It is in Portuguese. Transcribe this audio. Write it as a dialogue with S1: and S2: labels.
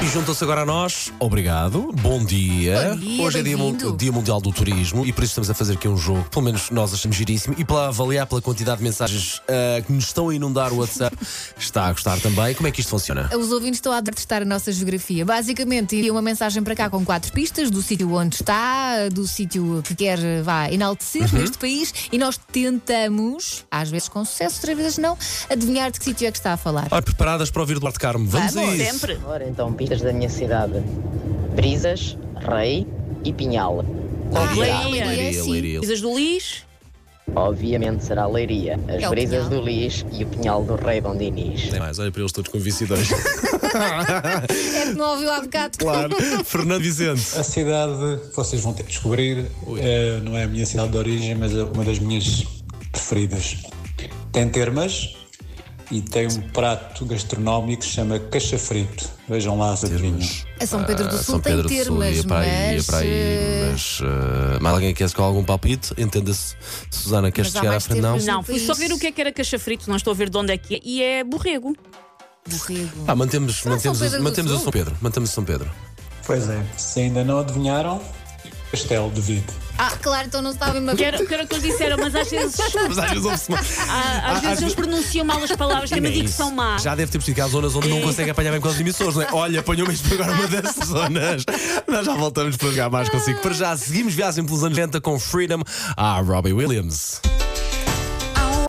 S1: E juntam-se agora a nós. Obrigado. Bom dia.
S2: Bom dia,
S1: Hoje é dia,
S2: bem-vindo.
S1: Mun- Dia Mundial do Turismo e por isso estamos a fazer aqui um jogo. Pelo menos nós achamos giríssimo. E para avaliar pela quantidade de mensagens ah, que nos estão a inundar o WhatsApp, está a gostar também. Como é que isto funciona?
S2: Os ouvintes estão a testar a nossa geografia. Basicamente, iria uma mensagem para cá com quatro pistas do sítio onde está, do sítio que quer vá enaltecer
S1: Uhum.
S2: neste país e nós tentamos, às vezes com sucesso, outras vezes não, adivinhar de que sítio é que está a falar.
S1: Ora, preparadas para ouvir do Arte Carmo? Vamos,
S2: Vamos,
S1: a isso.
S2: sempre.
S3: Ora então, pistas da minha cidade: Brisas, Rei e Pinhal.
S2: Leiria.
S3: Obviamente-
S2: Leiria,
S1: Leiria,
S2: sim.
S1: Leiria.
S4: Pisas do Lis,
S3: Obviamente será Leiria, as
S2: É o
S3: Brisas
S2: Pinhal.
S3: do Lis e o Pinhal do Rei Dom Dinis.
S1: Tem mais, olha para eles todos convencidos.
S2: É que não ouviu há bocado.
S1: claro. Fernando Vicente.
S5: A cidade que vocês vão ter que descobrir eh, não é a minha cidade de origem, mas é uma das minhas preferidas. Tem termas e tem um prato gastronómico que se chama cacha frito. Vejam lá se adivinham.
S2: A É São Pedro do
S1: Ah,
S2: Sul tem termas,
S1: ia para aí, ia
S2: mas.
S1: para aí,
S2: eh,
S1: mas, ah, mas alguém quer com algum palpite? Entenda-se, Susana, queres
S2: Mas há
S1: chegar à
S2: mais
S1: frente? Não.
S2: termas
S4: não, fui
S2: país.
S4: só ver o que é que era caixa frito, não estou a ver de onde é que é, e é borrego.
S2: Borrego.
S1: Ah, mantemos, mantemos,
S2: São Pedro do
S1: mantemos o
S2: Sul?
S1: São Pedro. Mantemos o São Pedro.
S5: Pois é. Se ainda não adivinharam, Castelo de Vide.
S2: Ah, claro, então não está bem uma
S4: Que era, que era o que eles disseram, mas às vezes,
S1: Mas às vezes ouve-se mal.
S4: há- às vezes eles pronunciam mal as palavras, é têm uma
S1: Nem
S4: dicção
S1: Ah, É isso.
S4: má.
S1: Já deve ter percebido que há zonas
S2: É.
S1: onde não consegue apanhar bem com as emissoras, não é? Olha, apanhou mesmo agora uma dessas zonas. Nós já voltamos para jogar mais consigo. Para já, seguimos viagem pelos anos 90 com Freedom a Ah, Robbie Williams.